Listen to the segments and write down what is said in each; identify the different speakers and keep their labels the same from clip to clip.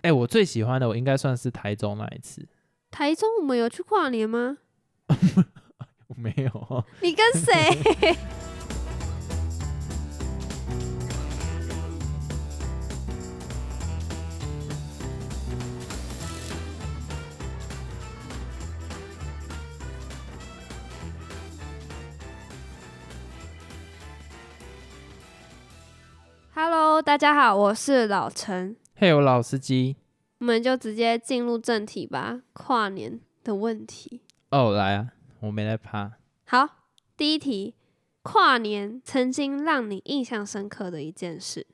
Speaker 1: 哎、我最喜欢的我应该算是台中那一次，
Speaker 2: 台中我们有去跨年吗？
Speaker 1: 我没有。
Speaker 2: 你跟谁？Hello，大家好，我是老陈，
Speaker 1: 嘿、我老司机
Speaker 2: 我们就直接进入正题吧。跨年的问题，
Speaker 1: 哦，来啊，我没来怕。
Speaker 2: 好，第一题，跨年曾经让你印象深刻的一件事，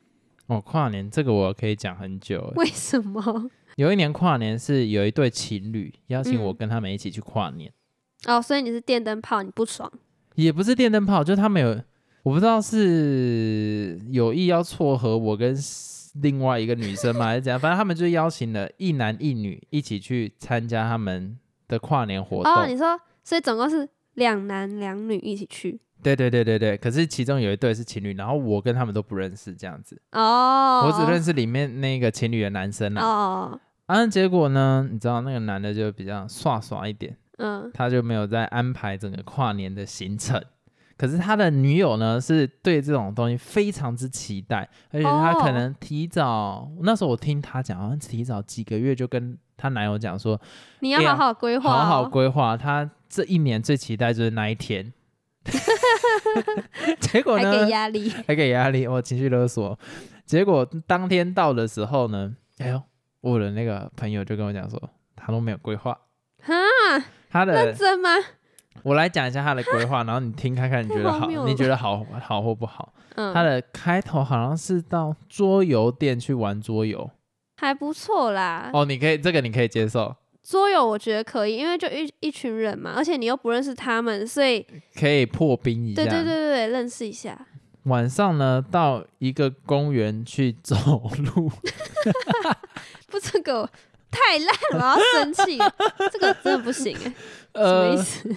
Speaker 1: 哦，跨年这个我可以讲很久欸。
Speaker 2: 为什么？
Speaker 1: 有一年跨年是有一对情侣邀请我
Speaker 2: 嗯
Speaker 1: 跟他们一起去跨年，
Speaker 2: 哦，所以你是电灯泡，你不爽？
Speaker 1: 也不是电灯泡，就是他们有，我不知道是有意要撮合我跟 s- 另外一个女生吗，还是怎样？反正他们就邀请了一男一女一起去参加他们的跨年活动。
Speaker 2: 哦，你说，所以总共是两男两女一起去。
Speaker 1: 对对对对对，可是其中有一对是情侣，然后我跟他们都不认识，这样子，
Speaker 2: 哦，
Speaker 1: 我只认识里面那个情侣的男生啦。
Speaker 2: 哦，
Speaker 1: 啊，结果呢，你知道那个男的就比较耍耍一点，
Speaker 2: 嗯，
Speaker 1: 他就没有在安排整个跨年的行程。可是他的女友呢，是对这种东西非常之期待，而且他
Speaker 2: 哦
Speaker 1: 可能提早那时候我听他讲，好像提早几个月就跟她男友讲说，
Speaker 2: 你要
Speaker 1: 哎呀
Speaker 2: 好好规划、哦，
Speaker 1: 好好规划，她这一年最期待就是那一天。 结果
Speaker 2: 还
Speaker 1: 呢，
Speaker 2: 给压 力。
Speaker 1: 还给压力，我情绪勒索。结果当天到的时候呢，哎呦，我的那个朋友就跟我讲说，他都没有规划，
Speaker 2: 哈，
Speaker 1: 他
Speaker 2: 认
Speaker 1: 的
Speaker 2: 真吗？
Speaker 1: 我来讲一下他的规划，然后你听看看，你觉得
Speaker 2: 太荒
Speaker 1: 好
Speaker 2: 谬，了
Speaker 1: 你觉得好好或不好？
Speaker 2: 嗯，
Speaker 1: 他的开头好像是到桌游店去玩桌游
Speaker 2: 还不错啦。
Speaker 1: 哦，你可以这个你可以接受，
Speaker 2: 桌游我觉得可以，因为就一一群人嘛，而且你又不认识他们，所以
Speaker 1: 可以破冰一下。
Speaker 2: 对对对对，对认识一下。
Speaker 1: 晚上呢，到一个公园去走路，
Speaker 2: 不，这个我太烂了，我要生气了，这个真的不行哎、什么
Speaker 1: 呃
Speaker 2: 意，思？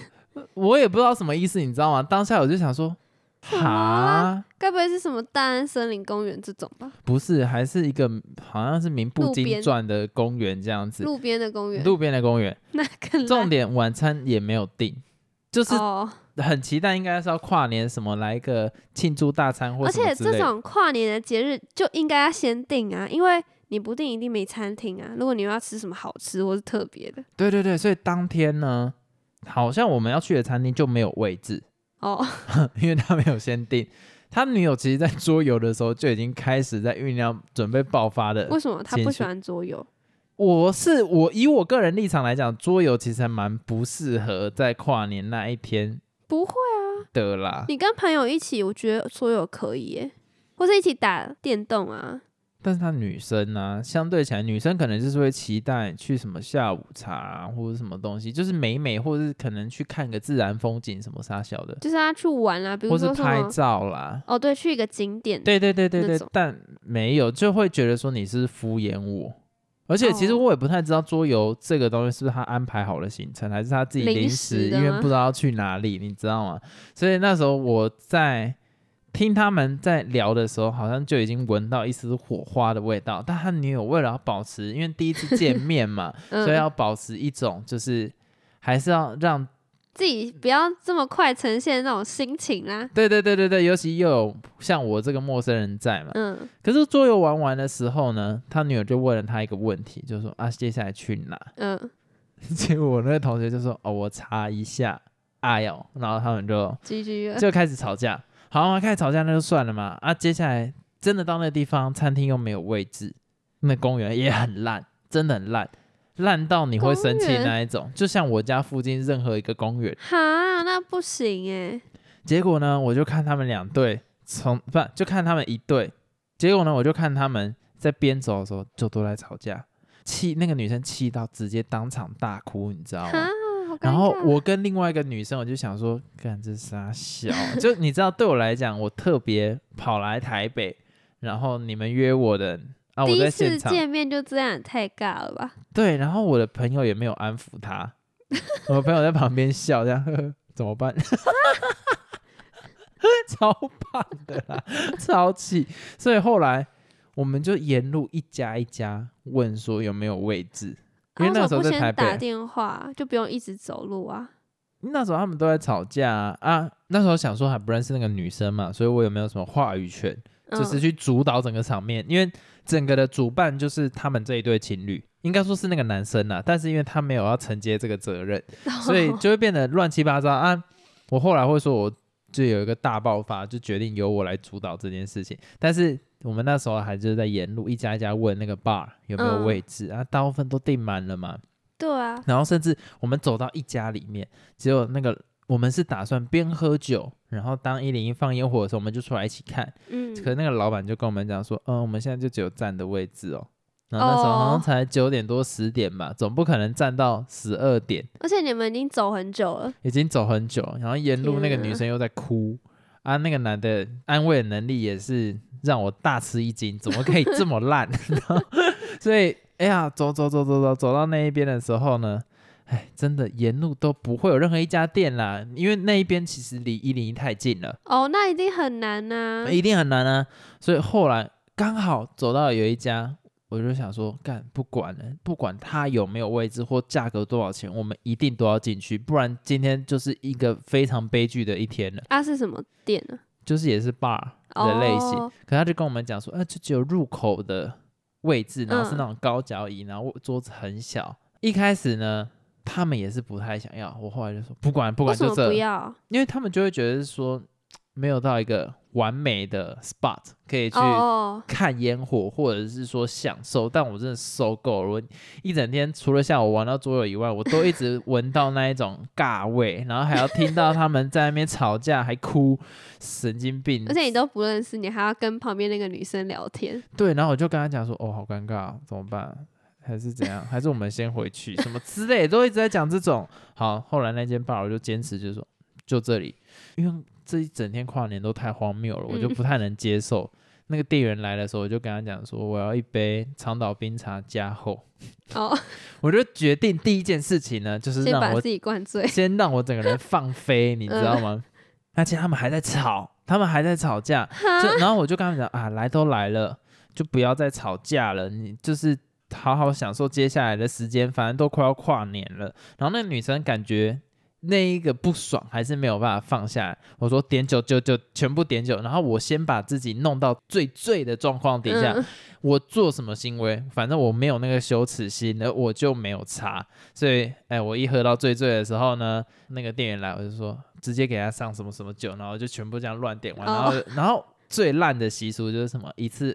Speaker 1: 我也不知道什么意思，你知道吗？当下我就想说，
Speaker 2: 怎么啊啦
Speaker 1: 哈。
Speaker 2: 该不会是什么大安森林公园这种吧？
Speaker 1: 不是，还是一个好像是名不
Speaker 2: 路
Speaker 1: 经
Speaker 2: 边
Speaker 1: 传的公园这样子，
Speaker 2: 路边的公园，
Speaker 1: 路边的公园。
Speaker 2: 那更
Speaker 1: 重
Speaker 2: 点
Speaker 1: 点晚餐也没有定，就是
Speaker 2: 哦。
Speaker 1: 很期待，应该是要跨年什么来一个庆祝大餐或
Speaker 2: 而
Speaker 1: 什么
Speaker 2: 且
Speaker 1: 之类
Speaker 2: 这
Speaker 1: 的。
Speaker 2: 种跨年的节日就应该要先定啊，因为你不定一定没餐厅啊。如果你要吃什么好吃或是特别的，
Speaker 1: 对对对，所以当天呢，好像我们要去的餐厅就没有位置，
Speaker 2: 哦，
Speaker 1: 因为他没有先定。他女友其实，在桌游的时候就已经开始在酝酿准备爆发的
Speaker 2: 为。什么他
Speaker 1: 进
Speaker 2: 不
Speaker 1: 去
Speaker 2: 喜欢桌游？
Speaker 1: 我是我以我个人立场来讲，桌游其实还蛮不适合在跨年那一天
Speaker 2: 不会啊，
Speaker 1: 的啦。
Speaker 2: 你跟朋友一起，我觉得桌游可以耶，或是一起打电动啊。
Speaker 1: 但是她女生呢、相对起来，女生可能就是会期待去什么下午茶啊，或者什么东西，就是美美，或者是可能去看个自然风景什么啥小的，
Speaker 2: 就是要去玩啊，比如
Speaker 1: 或是
Speaker 2: 说什
Speaker 1: 拍
Speaker 2: 么
Speaker 1: 照啦。
Speaker 2: 哦，对，去一个景点，
Speaker 1: 对对对对
Speaker 2: 那
Speaker 1: 对
Speaker 2: 种，
Speaker 1: 但没有就会觉得说你是敷衍我，而且其实
Speaker 2: 哦
Speaker 1: 我也不太知道桌游这个东西是不是他安排好的行程，还是他自己
Speaker 2: 临
Speaker 1: 临
Speaker 2: 时
Speaker 1: 时
Speaker 2: 的
Speaker 1: 因为
Speaker 2: 吗
Speaker 1: 不知道要去哪里，你知道吗？所以那时候我在听他们在聊的时候，好像就已经闻到一丝火花的味道。但他女友为了要保持，因为第一次见面 嘛，
Speaker 2: 嗯，
Speaker 1: 所以要保持一种就是还是要让
Speaker 2: 自己不要这么快呈现那种心情啦。
Speaker 1: 对对对对对，尤其又有像我这个陌生人在嘛。
Speaker 2: 嗯，
Speaker 1: 可是桌游玩完的时候呢，他女友就问了他一个问题，就说啊，接下来去哪？
Speaker 2: 嗯，
Speaker 1: 结果我那个同学就说哦，我查一下。哎呦，然后他们就
Speaker 2: 居居了，
Speaker 1: 就开始吵架。好嘛，开始吵架那就算了嘛。啊，接下来真的到那个地方，餐厅又没有位置，那公园也很烂，真的很烂，烂到你会生
Speaker 2: 公
Speaker 1: 气
Speaker 2: 园
Speaker 1: 那一种。就像我家附近任何一个公园。
Speaker 2: 哈，那不行哎，
Speaker 1: 结果呢，我就看他们两队从不就看他们一队，结果呢，我就看他们在边走的时候就都在吵架，气那个女生气到直接当场大哭，你知道吗
Speaker 2: 哈？，好尴
Speaker 1: 啊然后
Speaker 2: 尬
Speaker 1: 我跟另外一个女生，我就想说，干这傻小， 就你知道，对我来讲，我特别跑来台北，然后你们约我的啊，
Speaker 2: 第
Speaker 1: 我
Speaker 2: 一
Speaker 1: 在
Speaker 2: 次
Speaker 1: 现场，
Speaker 2: 见面就这样，太尬了吧？
Speaker 1: 对，然后我的朋友也没有安抚 他，我的朋友在旁边笑，这样呵呵怎么办？ 超棒的啦，超气！所以后来我们就沿路一家一家问说有没有位置，因
Speaker 2: 啊
Speaker 1: 为
Speaker 2: 为
Speaker 1: 那个
Speaker 2: 什
Speaker 1: 时候
Speaker 2: 么不
Speaker 1: 在台
Speaker 2: 先
Speaker 1: 北
Speaker 2: 打电话，就不用一直走路啊？
Speaker 1: 那时候他们都在吵架啊啊那时候想说还不认识那个女生嘛，所以我有没有什么话语权，就是
Speaker 2: 嗯、
Speaker 1: 去主导整个场面？因为整个的主办就是他们这一对情侣，应该说是那个男生啦，但是因为他没有要承接这个责任， 所
Speaker 2: 哦
Speaker 1: 以就会变得乱七八糟啊。我后来会说，我就有一个大爆发，就决定由我来主导这件事情。但是我们那时候还就是在沿路一家一家问那个 bar 有没有
Speaker 2: 嗯
Speaker 1: 位置、啊，大部分都订满了嘛。
Speaker 2: 对啊，
Speaker 1: 然后甚至我们走到一家里面，只有那个我们是打算边喝酒，然后当一零一放烟火的时候，我们就出来一起看。
Speaker 2: 嗯，
Speaker 1: 可是那个老板就跟我们讲说，嗯，我们现在就只有站的位置哦。然后那时候好像
Speaker 2: 哦
Speaker 1: 才九点多十点吧，总不可能站到十二点，
Speaker 2: 而且你们已经走很久了，
Speaker 1: 已经走很久，然后沿路那个
Speaker 2: 天啊
Speaker 1: 女生又在哭。啊，那个男的安慰的能力也是让我大吃一惊，怎么可以这么烂？ 然后所以，哎呀，走走走走走，走到那一边的时候呢，哎，真的沿路都不会有任何一家店啦，因为那一边其实离一零一太近了，
Speaker 2: 哦，那一定很难呐、
Speaker 1: 一定很难啊。所以后来刚好走到有一家，我就想说，干不管了，不管它有没有位置或价格多少钱，我们一定都要进去，不然今天就是一个非常悲剧的一天了。
Speaker 2: 啊，是什么店呢、
Speaker 1: 就是也是 bar 的类型，
Speaker 2: 哦
Speaker 1: 可他就跟我们讲说，啊，就只有入口的位置，然后
Speaker 2: 嗯
Speaker 1: 是那种高脚椅，然后桌子很小。一开始呢，他们也是不太想要，我后来就说不管不
Speaker 2: 为
Speaker 1: 管
Speaker 2: 什
Speaker 1: 就
Speaker 2: 么不
Speaker 1: 这，
Speaker 2: 要？
Speaker 1: 因为他们就会觉得说嘖没有到一个完美的 spot 可以去
Speaker 2: 哦哦，
Speaker 1: 看烟火，或者是说享受。但我真的受够了，我一整天除了下午玩到桌游以外，我都一直闻到那一种尬味，然后还要听到他们在那边吵架还哭，神经病
Speaker 2: 而。且你都不认识，你还要跟旁边那个女生聊天，
Speaker 1: 对，然后我就跟他讲说，哦，好尴尬啊，怎么办？还是怎样？还是我们先回去什么之类，都一直在讲这种。好，后来那间 bar 我就坚持就说就这里，因为这一整天跨年都太荒谬了，我就
Speaker 2: 嗯
Speaker 1: 不太能接受。那个店员来的时候，我就跟他讲说，我要一杯长岛冰茶加厚。
Speaker 2: 哦，
Speaker 1: 我就决定第一件事情呢，就是
Speaker 2: 先
Speaker 1: 让
Speaker 2: 把
Speaker 1: 我
Speaker 2: 自己灌 醉。
Speaker 1: 先让我整个人放飞，你知道吗？而且他们还在吵，他们还在吵架，就然后我就跟他们讲啊，来都来了，就不要再吵架了，你就是好好享受接下来的时间，反正都快要跨年了。然后那个女生感觉那一个不爽还是没有办法放下来，我说点酒就就全部点酒，然后我先把自己弄到最醉的状况底下，
Speaker 2: 嗯
Speaker 1: 我做什么行为，反正我没有那个羞耻心，而我就没有差。所以，哎，我一喝到醉醉的时候呢，那个店员来，我就说直接给他上什么什么酒，然后就全部这样乱点完，然后、
Speaker 2: 哦
Speaker 1: 然后最烂的习俗就是什么一次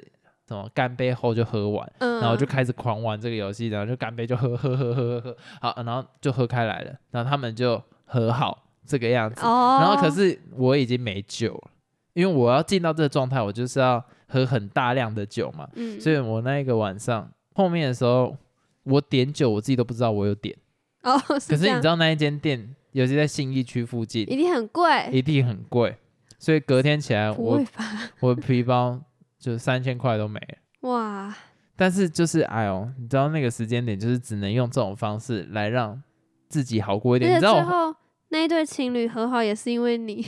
Speaker 1: 什么干杯后就喝完，
Speaker 2: 嗯，
Speaker 1: 然后我就开始狂玩这个游戏，然后就干杯就喝喝喝喝喝喝，好，然后就喝开来了，然后他们就和好这个样子，
Speaker 2: 哦，
Speaker 1: 然后可是我已经没酒了，因为我要进到这个状态，我就是要喝很大量的酒嘛，
Speaker 2: 嗯，
Speaker 1: 所以我那一个晚上后面的时候，我点酒我自己都不知道我有点。
Speaker 2: 哦，
Speaker 1: 可
Speaker 2: 是这
Speaker 1: 是你
Speaker 2: 样
Speaker 1: 知道那一间店，尤其在信义区附近，
Speaker 2: 一定很贵，
Speaker 1: 一定很贵，所以隔天起来
Speaker 2: 不会
Speaker 1: 我
Speaker 2: 吧？
Speaker 1: 我的皮包就三千块都没了。
Speaker 2: 哇，
Speaker 1: 但是就是哎呦，你知道那个时间点，就是只能用这种方式来让自己好过一
Speaker 2: 而
Speaker 1: 点。你
Speaker 2: 且
Speaker 1: 知道
Speaker 2: 最
Speaker 1: 我
Speaker 2: 后那一对情侣和好也是因为你，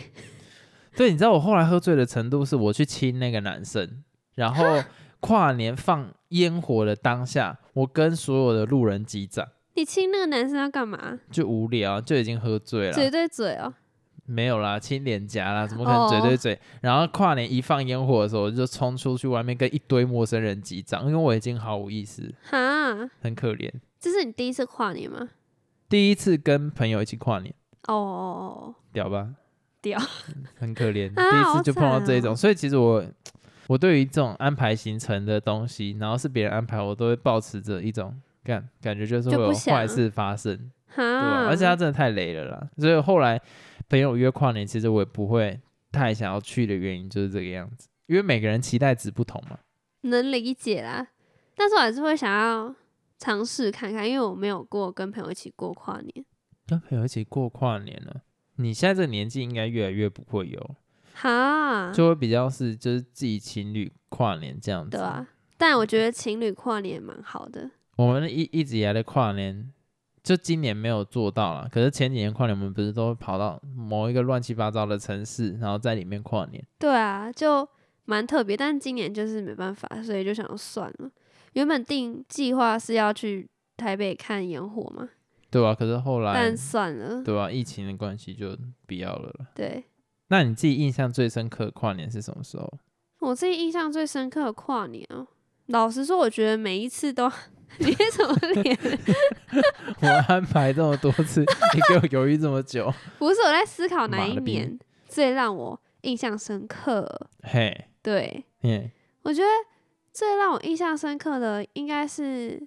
Speaker 1: 对，你知道我后来喝醉的程度是，我去亲那个男生，然 后跨年放烟火的当下，我跟所有的路人击掌，
Speaker 2: 你亲那个男生要干嘛？
Speaker 1: 就无聊，就已经喝醉了。
Speaker 2: 嘴对嘴哦，
Speaker 1: 没有啦，亲脸颊啦，怎么可能嘴对嘴？然后跨年一放烟火的时候，我就冲出去外面跟一堆陌生人击掌，因为我已经毫无意识，
Speaker 2: 哈，
Speaker 1: 很可怜。
Speaker 2: 这是你第一次跨年吗？
Speaker 1: 第一次跟朋友一起跨年，
Speaker 2: 哦哦，哦
Speaker 1: 屌吧？
Speaker 2: 屌
Speaker 1: 嗯， 很可怜。
Speaker 2: 啊
Speaker 1: 第一次就碰到
Speaker 2: 好惨哦
Speaker 1: 这一种，所以其实我我对于这种安排行程的东西，然后是别人安排，我都会保持着一种感感觉，就是会
Speaker 2: 就不
Speaker 1: 有
Speaker 2: 想
Speaker 1: 坏事发生，对吧？
Speaker 2: 哈，
Speaker 1: 而且他真的太累了啦，所以后来朋友约跨年，其实我也不会太想要去的原因就是这个样子，因为每个人期待值不同嘛。
Speaker 2: 能理解啦，但是我还是会想要尝试看看，因为我没有过跟朋友一起过跨年。
Speaker 1: 跟朋友一起啊过跨年啊呢，你现在这个年纪应该越来越不会有，
Speaker 2: 哈，
Speaker 1: 就会比较是就是自己情侣跨年这样子。
Speaker 2: 对啊，但我觉得情侣跨年蛮好的。
Speaker 1: 我们一一直以来的跨年，就今年没有做到了。可是前几年跨年，我们不是都会跑到某一个乱七八糟的城市，然后在里面跨年。
Speaker 2: 对啊，就蛮特别，但今年就是没办法，所以就想算了。原本定计划是要去台北看烟火嘛，
Speaker 1: 对啊，可是后来
Speaker 2: 但算了，
Speaker 1: 对啊，疫情的关系就不要了啦。
Speaker 2: 对。
Speaker 1: 那你自己印象最深刻的跨年是什么时候？
Speaker 2: 我自己印象最深刻的跨年哦，老实说，我觉得每一次都， 你什么脸？
Speaker 1: 我安排这么多次，你给我犹豫这么久，
Speaker 2: 不是我在思考哪
Speaker 1: 妈
Speaker 2: 一
Speaker 1: 的逼
Speaker 2: 年最让我印象深刻。
Speaker 1: 嘿，
Speaker 2: 对
Speaker 1: 耶，
Speaker 2: 我觉得最让我印象深刻的应该是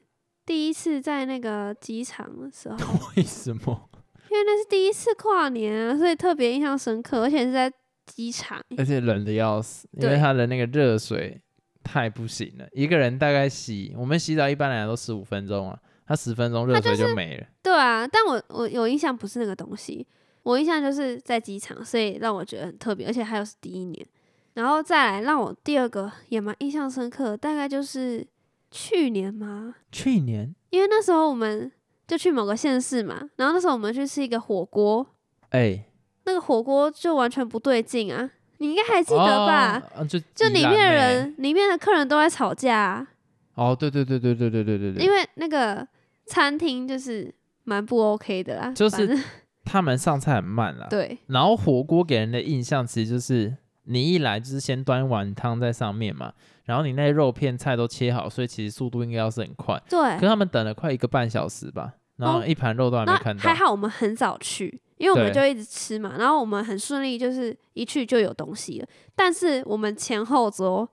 Speaker 2: 第一次在那个机场的时候，
Speaker 1: 为什么？
Speaker 2: 因为那是第一次跨年啊，所以特别印象深刻，而且是在机场。
Speaker 1: 而且冷的要死，因为
Speaker 2: 对
Speaker 1: 它的那个热水太不行了。一个人大概洗，我们洗澡一般来讲都十五分钟啊，它十分钟热水就没了。
Speaker 2: 对啊，但我我有印象不是那个东西，我印象就是在机场，所以让我觉得很特别，而且还有是第一年，然后再来让我第二个也蛮印象深刻的，大概就是去年嘛，
Speaker 1: 去年，
Speaker 2: 因为那时候我们就去某个县市嘛，然后那时候我们去吃一个火锅，
Speaker 1: 哎、
Speaker 2: 那个火锅就完全不对劲啊，你应该还记得吧？
Speaker 1: 哦啊就
Speaker 2: 就
Speaker 1: 宜
Speaker 2: 里
Speaker 1: 兰
Speaker 2: 面的
Speaker 1: 欸
Speaker 2: 人，里面的客人都在吵架、啊，
Speaker 1: 哦，对对对对对对对对对，
Speaker 2: 因为那个餐厅就是蛮不 OK 的啦，
Speaker 1: 就是啊
Speaker 2: 反正
Speaker 1: 他们上菜很慢啦。
Speaker 2: 对。
Speaker 1: 然后火锅给人的印象其实就是你一来就是先端碗汤在上面嘛，然后你那肉片菜都切好，所以其实速度应该要是很快。
Speaker 2: 对
Speaker 1: 可，是他们等了快一个半小时吧，然后
Speaker 2: 哎哦
Speaker 1: 一盘肉都还没
Speaker 2: 那
Speaker 1: 看到。
Speaker 2: 还好我们很早去，因为我们就
Speaker 1: 对
Speaker 2: 一直吃嘛，然后我们很顺利，就是一去就有东西了。但是我们前后桌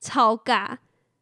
Speaker 2: 超尬，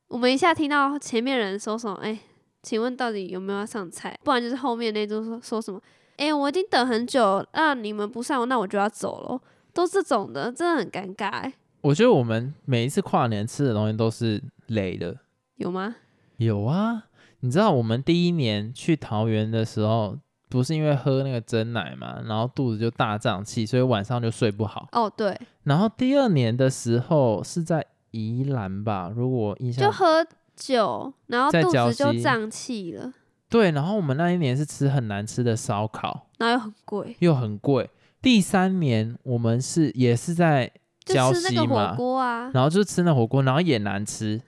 Speaker 2: 我们一下听到前面人说什么，哎、请问到底有没有要上菜？不然就是后面那桌说说什么，哎、我已经等很久了，那、你们不上，那我就要走了，都这种的，真的很尴尬、哎，
Speaker 1: 我觉得我们每一次跨年吃的东西都是雷的。
Speaker 2: 有吗？
Speaker 1: 有啊，你知道我们第一年去桃园的时候，不是因为喝那个真奶嘛，然后肚子就大胀气，所以晚上就睡不好。
Speaker 2: 哦，对，
Speaker 1: 然后第二年的时候是在宜兰吧，如果我印象
Speaker 2: 就喝酒，然后
Speaker 1: 在
Speaker 2: 肚
Speaker 1: 礁
Speaker 2: 子就
Speaker 1: 溪
Speaker 2: 胀气了，
Speaker 1: 对，然后我们那一年是吃很难吃的烧烤，
Speaker 2: 然后又很贵，
Speaker 1: 又很贵。第三年我们是也是在
Speaker 2: 就
Speaker 1: 礁
Speaker 2: 吃
Speaker 1: 溪
Speaker 2: 那个火
Speaker 1: 嘛，
Speaker 2: 锅啊，
Speaker 1: 然后就吃那火锅，然后也难 吃。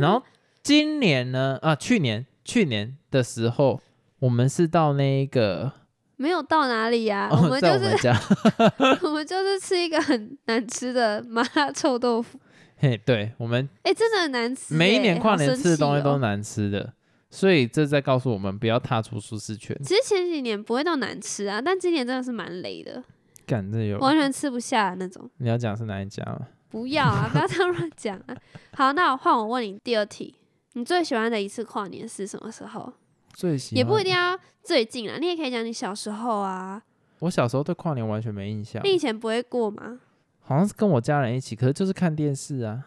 Speaker 1: 然后今年呢，啊，去年去年的时候，我们是到那个，
Speaker 2: 没有到哪里呀、啊我
Speaker 1: 哦，
Speaker 2: 们
Speaker 1: 在
Speaker 2: 就
Speaker 1: 我们
Speaker 2: 是
Speaker 1: 家，
Speaker 2: 我们就是吃一个很难吃的麻辣臭 豆腐，
Speaker 1: 嘿，对我们
Speaker 2: 哎、真的很难 吃、
Speaker 1: 每一年
Speaker 2: 诶
Speaker 1: 跨年吃的东西。都
Speaker 2: 好生气哦
Speaker 1: 难吃的，所以这在告诉我们不要踏出舒适圈。
Speaker 2: 其实前几年不会到难吃啊，但今年真的是蛮雷的，
Speaker 1: 感这有，
Speaker 2: 完全吃不下的那种。
Speaker 1: 你要讲是哪一家吗？
Speaker 2: 不要啊， 不要这样乱讲啊。 好，那我换我问你第二题，你最喜欢的一次跨年是什么时候？
Speaker 1: 最喜
Speaker 2: 也不
Speaker 1: 欢
Speaker 2: 一定要最近啊，你也可以讲你小时候啊。
Speaker 1: 我小时候对跨年完全没印象，
Speaker 2: 你以前不会过吗？
Speaker 1: 好像是跟我家人一起，可是就是看电视啊。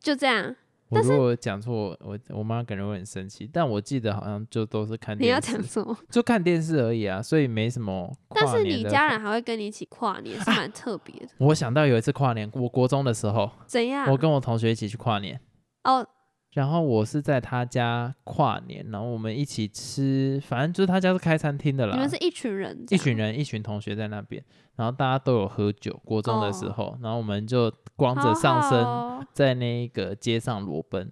Speaker 2: 就这样，
Speaker 1: 我如果讲错，我我我妈感觉会很生气，但我记得好像就都是看
Speaker 2: 你要
Speaker 1: 电视
Speaker 2: 讲，什么？
Speaker 1: 就看电视而已啊，所以没什么跨
Speaker 2: 但
Speaker 1: 年的。啊
Speaker 2: 是你家，人还会跟你一起跨年，是蛮特别的。
Speaker 1: 我想到有一次跨年，我国中的时候，
Speaker 2: 怎样？
Speaker 1: 我跟我同学一起去跨年，
Speaker 2: 哦，
Speaker 1: 然后我是在他家跨年，然后我们一起吃，反正就是他家是开餐厅的啦，
Speaker 2: 你们是一群人，
Speaker 1: 一群人，一群同学在那边，然后大家都有喝酒，国中的时
Speaker 2: 哦
Speaker 1: 候，然后我们就光着上身。
Speaker 2: 好好哦
Speaker 1: 在那个街上裸奔，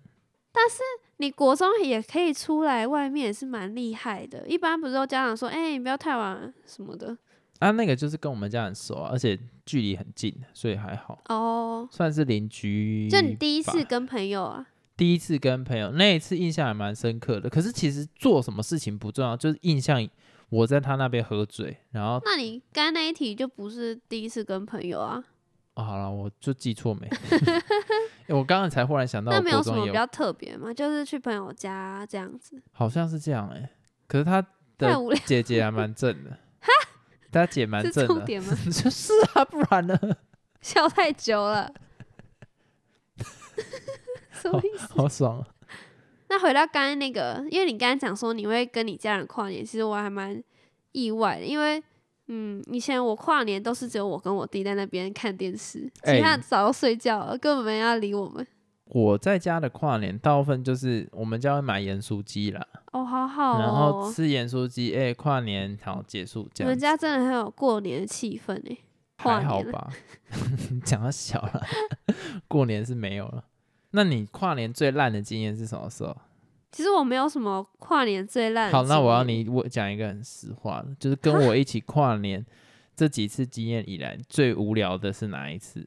Speaker 2: 你国中也可以出来外面，也是蛮厉害的。一般不是都家长说，哎、你不要太晚什么的
Speaker 1: 啊，那个就是跟我们家很熟啊，而且距离很近，所以还好，
Speaker 2: 哦。
Speaker 1: 算是邻居吧。
Speaker 2: 就你第一次跟朋友啊，
Speaker 1: 第一次跟朋友那一次印象还蛮深刻的，可是其实做什么事情不重要，就是印象我在他那边喝醉，然后
Speaker 2: 那你刚刚那一题就不是第一次跟朋友啊，
Speaker 1: 哦好了，我就记错 没。欸我刚刚才忽然想到，
Speaker 2: 那
Speaker 1: 我
Speaker 2: 没有
Speaker 1: 国
Speaker 2: 什
Speaker 1: 中
Speaker 2: 么
Speaker 1: 也
Speaker 2: 比较特别嘛，就是去朋友家这样子，
Speaker 1: 好像是这样哎、可是他
Speaker 2: 太
Speaker 1: 的
Speaker 2: 无聊
Speaker 1: 姐姐还蛮 正的，他姐蛮
Speaker 2: 是
Speaker 1: 正
Speaker 2: 重
Speaker 1: 的，
Speaker 2: 点吗？
Speaker 1: 就是啊，不然呢？
Speaker 2: 笑太久了，什么意思？
Speaker 1: 好爽啊！
Speaker 2: 那回到刚刚那个，因为你刚刚讲说你会跟你家人跨年，其实我还蛮意外的，因为嗯，以前我跨年都是只有我跟我弟在那边看电视，
Speaker 1: 哎
Speaker 2: 其他人早就睡觉了，根本没人要理我们。
Speaker 1: 我在家的跨年大部分就是我们家会买盐酥鸡啦，
Speaker 2: 哦，好好
Speaker 1: 然后
Speaker 2: 哦，
Speaker 1: 吃盐酥鸡，哎、跨年好结束这样
Speaker 2: 你们
Speaker 1: 子。
Speaker 2: 家真的很有过年的气氛诶。欸跨
Speaker 1: 还好
Speaker 2: 年了
Speaker 1: 吧？ 你讲到小了，过年是没有了。那你跨年最烂的经验是什么时候？
Speaker 2: 其实我没有什么跨年最烂的
Speaker 1: 好，那我要
Speaker 2: 经验
Speaker 1: 你我讲一个很实话的，就是跟我一起跨年这几次经验以来，最无聊的是哪一次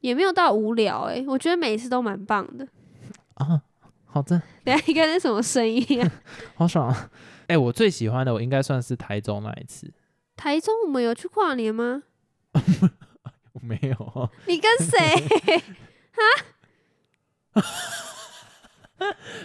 Speaker 2: 也没有到无聊哎、我觉得每一次都蛮棒的。
Speaker 1: 啊？好的，
Speaker 2: 等一下你刚才什么声音啊？
Speaker 1: 好爽、啊。哎、我最喜欢的我应该算是台中那一次，
Speaker 2: 台中我们有去跨年吗？
Speaker 1: 我没有，
Speaker 2: 你跟 谁？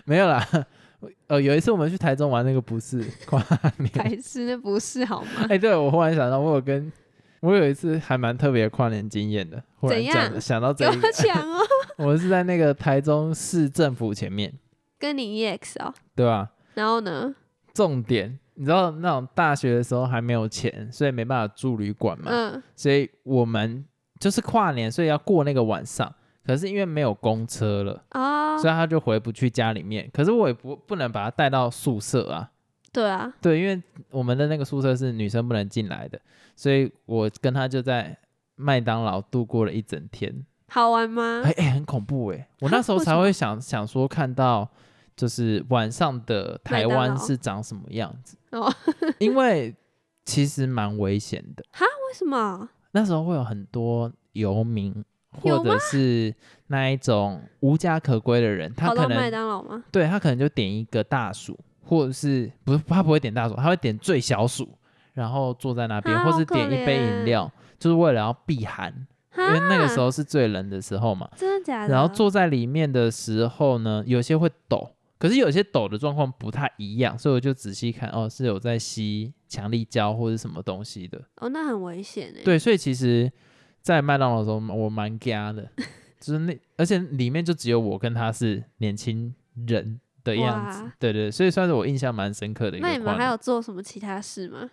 Speaker 1: 没有啦。 呃，有一次我们去台中玩，那个不是跨年，
Speaker 2: 白痴，那不是好吗？
Speaker 1: 哎、对，我忽然想到，我有跟我有一次还蛮特别的跨年经验的，忽然
Speaker 2: 怎
Speaker 1: 讲
Speaker 2: 样
Speaker 1: 想到
Speaker 2: 给
Speaker 1: 这
Speaker 2: 我
Speaker 1: 一个，
Speaker 2: 讲哦，
Speaker 1: 我是在那个台中市政府前面，
Speaker 2: 跟你 EX 哦。
Speaker 1: 对吧？
Speaker 2: 然后呢？
Speaker 1: 重点，你知道那种大学的时候还没有钱，所以没办法住旅馆嘛，
Speaker 2: 嗯，
Speaker 1: 所以我们就是跨年，所以要过那个晚上。可是因为没有公车了，
Speaker 2: 哦
Speaker 1: 所，以他就回不去家里面。可是我也不不能把他带到宿舍啊，
Speaker 2: 对啊，
Speaker 1: 对，因为我们的那个宿舍是女生不能进来的，所以我跟她就在麦当劳度过了一整天。
Speaker 2: 好玩吗
Speaker 1: 哎、？哎、很恐怖哎、我那时候
Speaker 2: 啊为什
Speaker 1: 才会想想说看到就是晚上的台
Speaker 2: 麦当
Speaker 1: 湾
Speaker 2: 劳
Speaker 1: 是长什么样子
Speaker 2: 哦，
Speaker 1: 因为其实蛮危险的。
Speaker 2: 为什么？
Speaker 1: 那时候会有很多游民或
Speaker 2: 有
Speaker 1: 者是那一种无家可归的人，他
Speaker 2: 跑
Speaker 1: 可
Speaker 2: 到麦
Speaker 1: 能
Speaker 2: 当劳吗？
Speaker 1: 对他可能就点一个大薯，或者是不是他不会点大薯，他会点最小薯，然后坐在那边，
Speaker 2: 啊
Speaker 1: 或
Speaker 2: 好
Speaker 1: 是
Speaker 2: 可
Speaker 1: 点一杯饮
Speaker 2: 怜啊
Speaker 1: 料，就是为了要避寒，因为那个时
Speaker 2: 哈
Speaker 1: 候是最冷的时候嘛。
Speaker 2: 真的假的？
Speaker 1: 然后坐在里面的时候呢，有些会抖，可是有些抖的状况不太一样，所以我就仔细看，哦，是有在吸强力胶或者什么东西的。
Speaker 2: 哦，那很危险哎。
Speaker 1: 对，所以其实，在麦当劳的时候，我蛮嘎 的，就是那，而且里面就只有我跟他是年轻人的样子
Speaker 2: 哇，
Speaker 1: 对对，所以算是我印象蛮深刻的一个
Speaker 2: 那
Speaker 1: 跨
Speaker 2: 你
Speaker 1: 年。
Speaker 2: 们还有做什么其他事吗？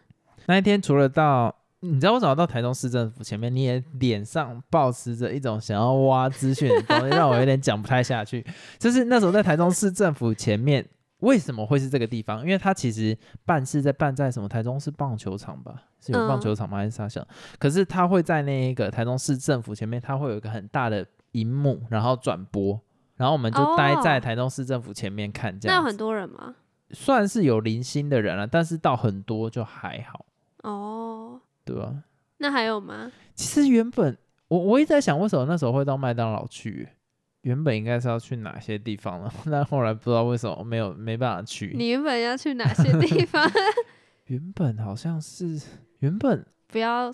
Speaker 1: 那一天除了到，你知道为什么到台中市政府前面，你也脸上保持着一种想要挖资讯的东西，让我有点讲不太下去。就是那时候在台中市政府前面，为什么会是这个地方？因为它其实办事在办在什么台中市棒球场吧，是有棒
Speaker 2: 嗯
Speaker 1: 球场吗？还是啥想？可是它会在那一个台中市政府前面，它会有一个很大的荧幕，然后转播。然后我们就待在
Speaker 2: 哦
Speaker 1: 台中市政府前面看，这
Speaker 2: 那有
Speaker 1: 样、
Speaker 2: 很多人吗？
Speaker 1: 算是有零星的人了、但是到很多就还好，
Speaker 2: 哦，
Speaker 1: 对吧、
Speaker 2: 那还有吗？
Speaker 1: 其实原本我我一直在想，为什么那时候会到麦当劳去欸？原本应该是要去哪些地方了， 但后来不知道为什么没有没办法去。
Speaker 2: 你原本要去哪些地 方？
Speaker 1: 原本好像是原本
Speaker 2: 不要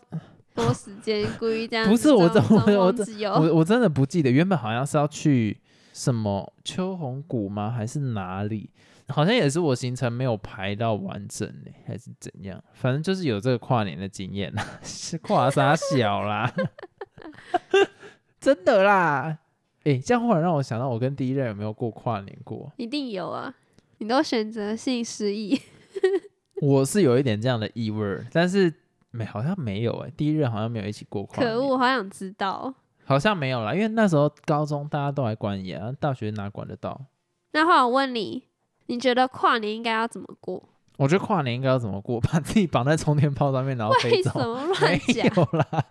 Speaker 2: 多时间，故意这样
Speaker 1: 不
Speaker 2: 子
Speaker 1: 是我
Speaker 2: 装
Speaker 1: 怎么
Speaker 2: 装
Speaker 1: 我
Speaker 2: 忘
Speaker 1: 怎
Speaker 2: 记哦
Speaker 1: 我我真的不记得，原本好像是要去什么秋红谷吗？还是哪里？好像也是我行程没有排到完整呢、还是怎样？反正就是有这个跨年的经验啦， 是跨啥小啦， 真的啦。诶，这样忽然让我想到，我跟第一任有没有过跨年过？
Speaker 2: 一定有啊！你都选择性失忆，
Speaker 1: 我是有一点这样的意味儿，但是没好像没有诶，第一任好像没有一起过跨年，
Speaker 2: 可恶，好想知道。
Speaker 1: 好像没有啦，因为那时候高中大家都还管严啊，大学哪管得到？
Speaker 2: 那话我问你，你觉得跨年应该要怎么过？
Speaker 1: 我觉得跨年应该要怎么过？ 把自己绑在充电炮上面，然后 飞
Speaker 2: 为
Speaker 1: 走
Speaker 2: 什？么
Speaker 1: 没
Speaker 2: 乱 讲？
Speaker 1: 有啦，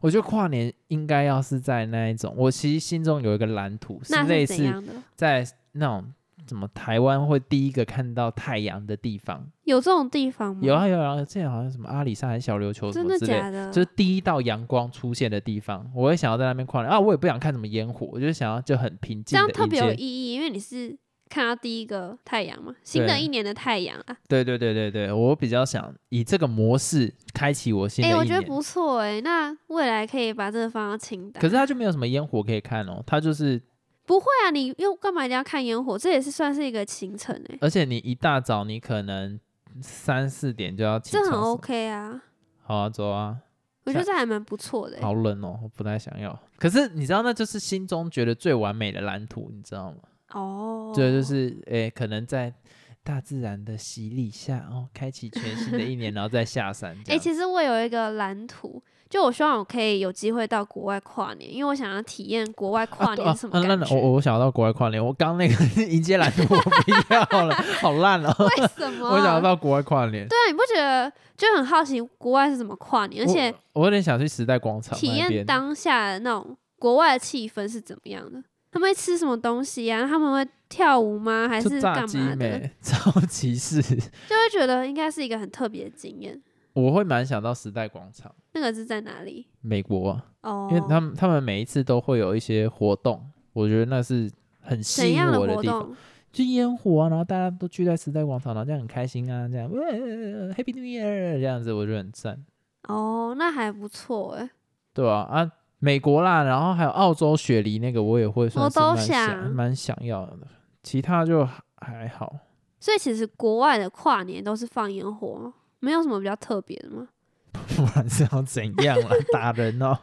Speaker 1: 我觉得跨年应该要是在那一种，我其实心中有一个蓝图，
Speaker 2: 那
Speaker 1: 类
Speaker 2: 是怎
Speaker 1: 似
Speaker 2: 样的？
Speaker 1: 在那种什么台湾会第一个看到太阳的地方，
Speaker 2: 有这种地方吗？
Speaker 1: 有啊有啊，之前好像什么阿里山还是小琉球什
Speaker 2: 嗯真
Speaker 1: 么
Speaker 2: 的
Speaker 1: 之类的
Speaker 2: 假的？
Speaker 1: 就是第一道阳光出现的地方，我会想要在那边跨年啊！我也不想看什么烟火，我就是想要就很平
Speaker 2: 这
Speaker 1: 静
Speaker 2: 样
Speaker 1: 的
Speaker 2: 特
Speaker 1: 一
Speaker 2: 别有
Speaker 1: 间
Speaker 2: 意义，因为你是看到第一个太阳嘛，新的
Speaker 1: 对
Speaker 2: 一年的太阳啊。
Speaker 1: 对对对对对，我比较想以这个模式开启我新
Speaker 2: 哎、
Speaker 1: 的一年。
Speaker 2: 我觉得不错哎、那未来可以把这个放到清单。
Speaker 1: 可是它就没有什么烟火可以看哦，它就是，
Speaker 2: 不会啊，你又干嘛一定要看烟火？这也是算是一个行程哎、
Speaker 1: 而且你一大早你可能三四点就要起
Speaker 2: 这
Speaker 1: 床，
Speaker 2: 很 OK 啊，
Speaker 1: 好啊，走啊，
Speaker 2: 我觉得这还蛮不错的、欸。
Speaker 1: 好冷哦，我不太想要。可是你知道，那就是心中觉得最完美的蓝图，你知道吗？
Speaker 2: 哦，
Speaker 1: 这、就是，诶，可能在大自然的洗礼下，哦，开启全新的一年，然后再下山。
Speaker 2: 哎、其实我有一个蓝图，就我希望我可以有机会到国外跨年，因为我想要体验国外跨年是什么
Speaker 1: 啊对啊
Speaker 2: 感
Speaker 1: 那
Speaker 2: 觉。
Speaker 1: 那我我想到国外跨年，我刚那个 迎接蓝图我不要 了，好烂哦！
Speaker 2: 为什么？啊
Speaker 1: 我想到国外跨年，
Speaker 2: 对啊，你不觉得就很好奇国外是怎么跨年，而且
Speaker 1: 我我有点想去时代广场
Speaker 2: 体
Speaker 1: 那
Speaker 2: 验
Speaker 1: 边。
Speaker 2: 当下的那种国外的气氛是怎么样的？他们会吃什么东西呀、他们会跳舞吗？还
Speaker 1: 吃
Speaker 2: 是
Speaker 1: 炸
Speaker 2: 干
Speaker 1: 鸡
Speaker 2: 嘛的？
Speaker 1: 没？ 超级是，
Speaker 2: 就会觉得应该是一个很特别的经验。
Speaker 1: 我会蛮想到时代广场，
Speaker 2: 那个是在哪里？
Speaker 1: 美国啊、
Speaker 2: 哦，
Speaker 1: 因为他们他们每一次都会有一些活动，我觉得那是很吸
Speaker 2: 怎
Speaker 1: 引
Speaker 2: 样
Speaker 1: 我
Speaker 2: 活
Speaker 1: 地方。
Speaker 2: 动？
Speaker 1: 就烟火啊，然后大家都聚在时代广场，然后这样很开心啊，这样、呃、Happy New Year 这样子，我觉得很赞，
Speaker 2: 哦，那还不错哎、
Speaker 1: 对啊啊，美国啦，然后还有澳洲雪梨那个，我也会算是
Speaker 2: 我
Speaker 1: 蛮
Speaker 2: 都
Speaker 1: 想
Speaker 2: 想
Speaker 1: 蛮想要的，其他就还好。
Speaker 2: 所以其实国外的跨年都是放烟火吗，没有什么比较特别的吗？
Speaker 1: 不然是要怎样啦？打人哦！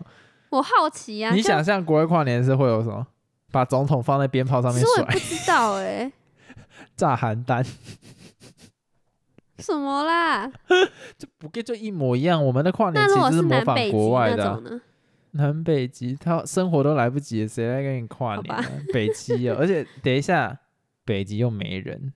Speaker 2: 我好奇啊，
Speaker 1: 你
Speaker 2: 就
Speaker 1: 想象国外跨年是会有什么？把总统放在鞭炮上
Speaker 2: 其
Speaker 1: 面
Speaker 2: 实我也
Speaker 1: 甩，
Speaker 2: 不知道哎、
Speaker 1: 炸邯郸，
Speaker 2: 什么啦？
Speaker 1: 就不跟就一模一样。我们的跨年
Speaker 2: 那如
Speaker 1: 其
Speaker 2: 果
Speaker 1: 实
Speaker 2: 是
Speaker 1: 模
Speaker 2: 南
Speaker 1: 仿
Speaker 2: 北极
Speaker 1: 国外
Speaker 2: 那
Speaker 1: 的啊、
Speaker 2: 种呢？
Speaker 1: 南北极，他生活都来不及了，谁来跟你跨
Speaker 2: 好
Speaker 1: 年、
Speaker 2: 吧
Speaker 1: 啊？北极哦，而 且等一下，北极又没人。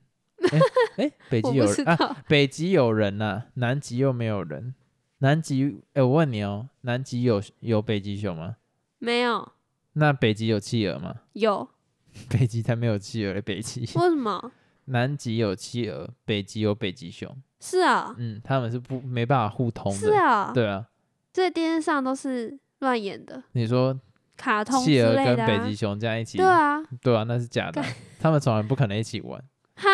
Speaker 1: 哎、诶北
Speaker 2: 我
Speaker 1: 极有
Speaker 2: 不知
Speaker 1: 人
Speaker 2: 道，
Speaker 1: 啊，北极有人呐、南极又没有人。南极，哎、我问你哦，南极有有北极熊吗？
Speaker 2: 没有，
Speaker 1: 那北极有企鹅吗？
Speaker 2: 有
Speaker 1: 北极才没有企鹅嘞，北极。
Speaker 2: 为什么？
Speaker 1: 南极有企鹅，北极有北极熊。
Speaker 2: 是 啊、
Speaker 1: 嗯，他们是不没办法互通的。
Speaker 2: 是啊、
Speaker 1: 对啊，
Speaker 2: 这电视上都是乱演的，
Speaker 1: 你说
Speaker 2: 卡通之
Speaker 1: 企鹅
Speaker 2: 类
Speaker 1: 跟
Speaker 2: 的、
Speaker 1: 北
Speaker 2: 啊
Speaker 1: 极。熊这样一起，
Speaker 2: 对啊，
Speaker 1: 对啊，那是假的啊，他们从来不可能一起玩。
Speaker 2: 哈，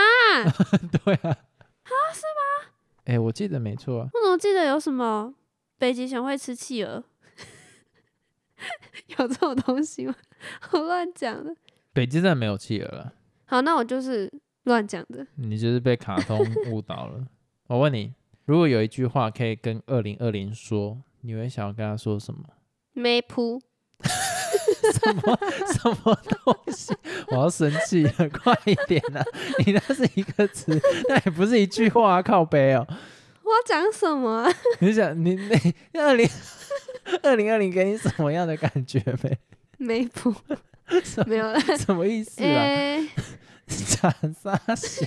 Speaker 1: 对啊，啊是吗？哎、我记得没错啊，
Speaker 2: 我怎么记得有什么北极熊会吃企鹅？ 有这种东西吗？ 我乱讲的。
Speaker 1: 北极真的没有企鹅了，
Speaker 2: 好，那我就是乱讲的。
Speaker 1: 你就是被卡通误导了。 我问你，如果有一句话可以跟二零二零说，你会想要跟他说什么？
Speaker 2: 没铺，
Speaker 1: 什么什么东西？ 我要生气了，快一点啊！ 你那是一个词，那也不是一句话、啊，靠背哦。
Speaker 2: 我要讲什么 啊？
Speaker 1: 你想你那二零 二零二零给你什么样的感觉 呗？
Speaker 2: 没铺，
Speaker 1: 什
Speaker 2: 没有了。
Speaker 1: 什么意思啊？
Speaker 2: 诶、
Speaker 1: 假傻小。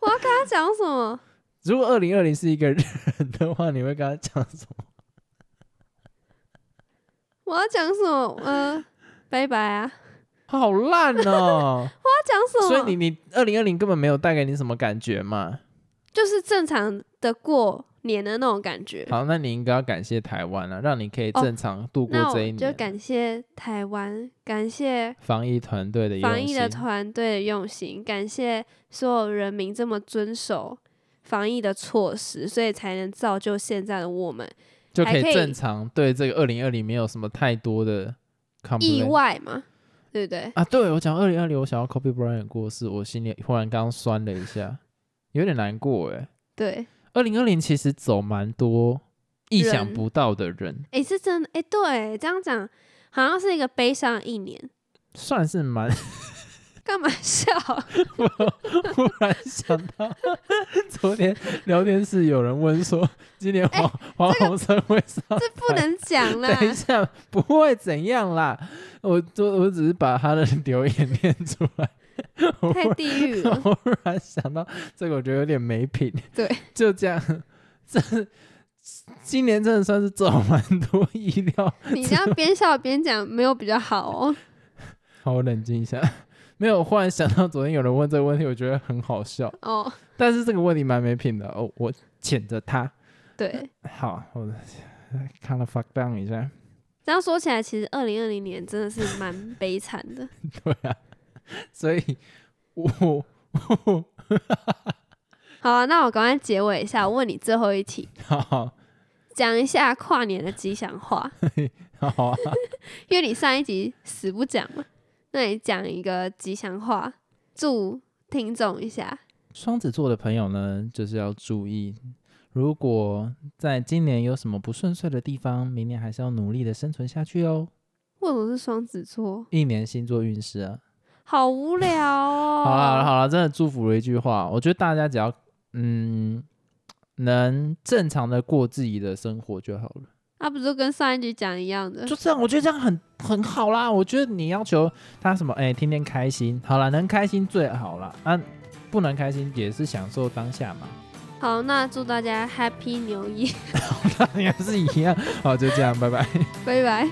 Speaker 2: 我要跟他讲什么？
Speaker 1: 如果二零二零是一个人的话，你会跟他讲什么？
Speaker 2: 我要讲什么？呃，拜拜啊！
Speaker 1: 好烂 哦！
Speaker 2: 要讲什么？
Speaker 1: 所以你你二零二零根本没有带给你什么感觉嘛？
Speaker 2: 就是正常的过年的那种感觉。
Speaker 1: 好，那你应该要感谢台湾了、让你可以正常度过
Speaker 2: 哦那
Speaker 1: 这一
Speaker 2: 我
Speaker 1: 年。
Speaker 2: 就感谢台湾，感谢
Speaker 1: 防疫团队的
Speaker 2: 防
Speaker 1: 用
Speaker 2: 疫的
Speaker 1: 心
Speaker 2: 团队的用心，感谢所有人民这么遵守防疫的措施，所以才能造就现在的我们。
Speaker 1: 就可
Speaker 2: 还可
Speaker 1: 以
Speaker 2: 以
Speaker 1: 正常对这个二零二零没有什么太多的 c o m p
Speaker 2: 意外嘛，对不对？
Speaker 1: 啊！对我讲二零二零，我想要 Kobe Bryant 过世，我心里忽然刚刚酸了一下，有点难过哎。
Speaker 2: 对，
Speaker 1: 二零二零其实走蛮多意想
Speaker 2: 人
Speaker 1: 不到的人，
Speaker 2: 诶，是真的，诶，对，这样讲好像是一个悲伤的一年。
Speaker 1: 算是蛮
Speaker 2: 干嘛 笑？
Speaker 1: 我忽然想到，昨天聊天室有人问说，今年
Speaker 2: 哎
Speaker 1: 黄、黄鸿升会上
Speaker 2: 这不能讲啦
Speaker 1: 台？。 等一下，不会怎样啦。我我我只是把他的留言念出来。 我忽
Speaker 2: 太地 狱
Speaker 1: 然
Speaker 2: 了。
Speaker 1: 我忽然想到，这个我觉得有点没品。
Speaker 2: 对，
Speaker 1: 就这样，这今年真的算是走蛮多意料。
Speaker 2: 你这样边笑边讲，没有比较好哦。
Speaker 1: 好，我冷静一下。没有，忽然想到昨天有人问这个问题，我觉得很好笑。
Speaker 2: 哦，
Speaker 1: 但是这个问题蛮没品的哦，我谴责他。
Speaker 2: 对，
Speaker 1: 好，我看了 fuck down 一下。
Speaker 2: 这样说起来，其实二零二零年真的是蛮悲惨的。
Speaker 1: 对啊，所以我 我
Speaker 2: 好啊、那我赶快结尾一下，我问你最后一题，
Speaker 1: 好
Speaker 2: 讲一下跨年的吉祥话，
Speaker 1: 好啊，
Speaker 2: 因为你上一集死不讲嘛，那你讲一个吉祥话，祝听众一下。
Speaker 1: 双子座的朋友呢，就是要注意，如果在今年有什么不顺遂的地方，明年还是要努力的生存下去哦。
Speaker 2: 为什么是双子座？
Speaker 1: 一年星座运势啊，
Speaker 2: 好无聊哦。
Speaker 1: 好啊了好了，真的祝福了一句话，我觉得大家只要嗯能正常的过自己的生活就好了。
Speaker 2: 啊，不就跟上一集讲一样的？
Speaker 1: 就这样，我觉得这样很很好啦。我觉得你要求他什么，哎、天天开心，好啦，能开心最好啦。啊，不能开心也是享受当下嘛，
Speaker 2: 好，那祝大家 Happy 牛一，
Speaker 1: 当然是一样。好，就这样，拜拜。
Speaker 2: 拜拜。